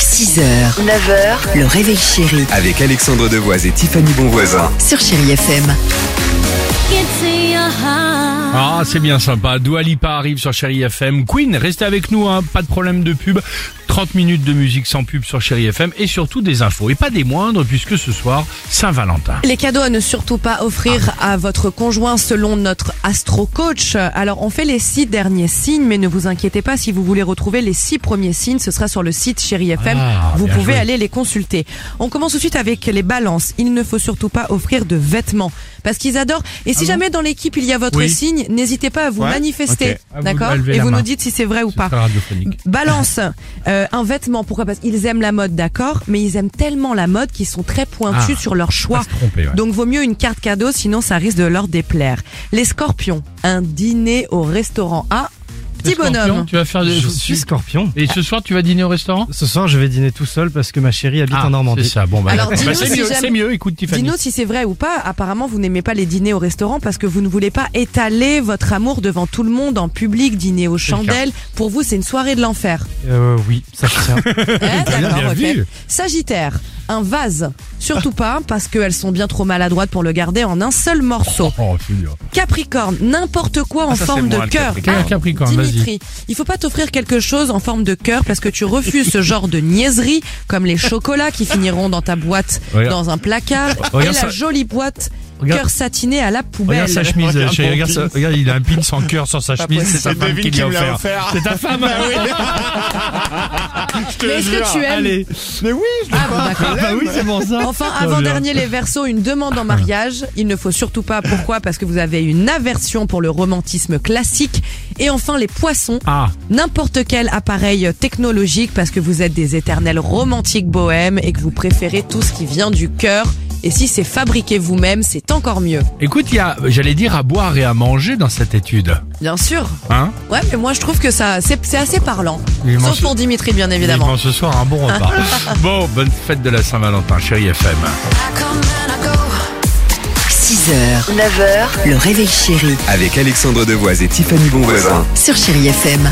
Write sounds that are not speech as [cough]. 6h, 9h, le réveil chéri Avec Alexandre Devoise et Tiffany Bonvoisin. sur Chéri FM. Ah, c'est bien sympa. Dua Lipa arrive sur Chéri FM. Queen, restez avec nous, hein. pas de problème de pub. 30 minutes de musique sans pub sur Chéri FM et surtout des infos. Et pas des moindres puisque ce soir, Saint-Valentin. Les cadeaux à ne surtout pas offrir à votre conjoint selon notre astro coach. Alors on fait les six derniers signes, mais ne vous inquiétez pas si vous voulez retrouver les six premiers signes, ce sera sur le site Chéri FM. Ah, vous bien pouvez joué. aller les consulter. On commence tout de suite avec les balances. Il ne faut surtout pas offrir de vêtements parce qu'ils adorent. Et si jamais dans l'équipe il y a votre Ah Oui. signe, n'hésitez pas à vous Ouais. manifester, Ok. À vous d'accord de lever Et la vous main. nous dites si c'est vrai ou C'est pas. très radiophonique. Balance, euh, un vêtement, pourquoi Parce qu'ils aiment la mode, d'accord, mais ils aiment tellement la mode qu'ils sont très pointus Ah, sur leur choix. pas se tromper, ouais. Donc vaut mieux une carte cadeau, sinon ça risque de leur déplaire. Les scorpions, un dîner au restaurant A, petit Scorpion, bonhomme. Tu vas faire des... Je suis scorpion. Et ce soir, tu vas dîner au restaurant Ce soir, je vais dîner tout seul parce que ma chérie habite Ah, en C'est Normandie. ça, bon, bah, Alors, bah, dis-nous c'est si mieux, jamais- c'est mieux. Écoute, Tiffany. Dis-nous si c'est vrai ou pas. Apparemment, vous n'aimez pas les dîners au restaurant parce que vous ne voulez pas étaler votre amour devant tout le monde en public, dîner aux le cas. chandelles. Pour vous, c'est une soirée de l'enfer. Euh, oui, ça tient. Ouais, Ah, d'accord, bien ok. vu. Sagittaire, un vase. Surtout pas, parce qu'elles sont bien trop maladroites pour le garder en un seul morceau. Oh, c'est dur. Capricorne, n'importe quoi en Ah, ça, forme c'est de moi, le cœur. Capricorne. Ah, Capricorne, vas-y. Dimitri, il faut pas t'offrir quelque chose en forme de cœur parce que tu refuses ce genre de niaiserie comme les chocolats qui finiront dans ta boîte, Regarde. dans un placard et la Regarde ça. jolie boîte Regarde. cœur satiné à la poubelle. Regarde sa chemise, Regarde chérie, mon regarde, jean. ça- regarde, il a un pin sans cœur sur sa chemise, c'est sa femme qui lui a offert. C'est ta femme Mais est-ce que tu aimes Allez. Ah bon, d'accord. Ah bah oui, c'est bon ça. Enfin, Oh, bien. avant-dernier, les versos, une demande en mariage. Il ne faut surtout pas. Pourquoi Parce que vous avez une aversion pour le romantisme classique. Et enfin, les poissons. Ah, N'importe quel appareil technologique parce que vous êtes des éternels romantiques bohèmes et que vous préférez tout ce qui vient du cœur. Et si c'est fabriqué vous-même, c'est encore mieux. écoute, il y a, j'allais dire, à boire et à manger dans cette étude. Bien sûr. [laughs] Hein Ouais, mais moi je trouve que ça, c'est c'est assez parlant. Il mange- Sauf pour Dimitri, bien évidemment. Vivement ce soir, un bon repas. bon, bonne fête de la Saint-Valentin, chérie FM. 6h, 9h, le réveil chéri Avec Alexandre Devoise et Tiffany Bonvoisin. sur Chéri FM.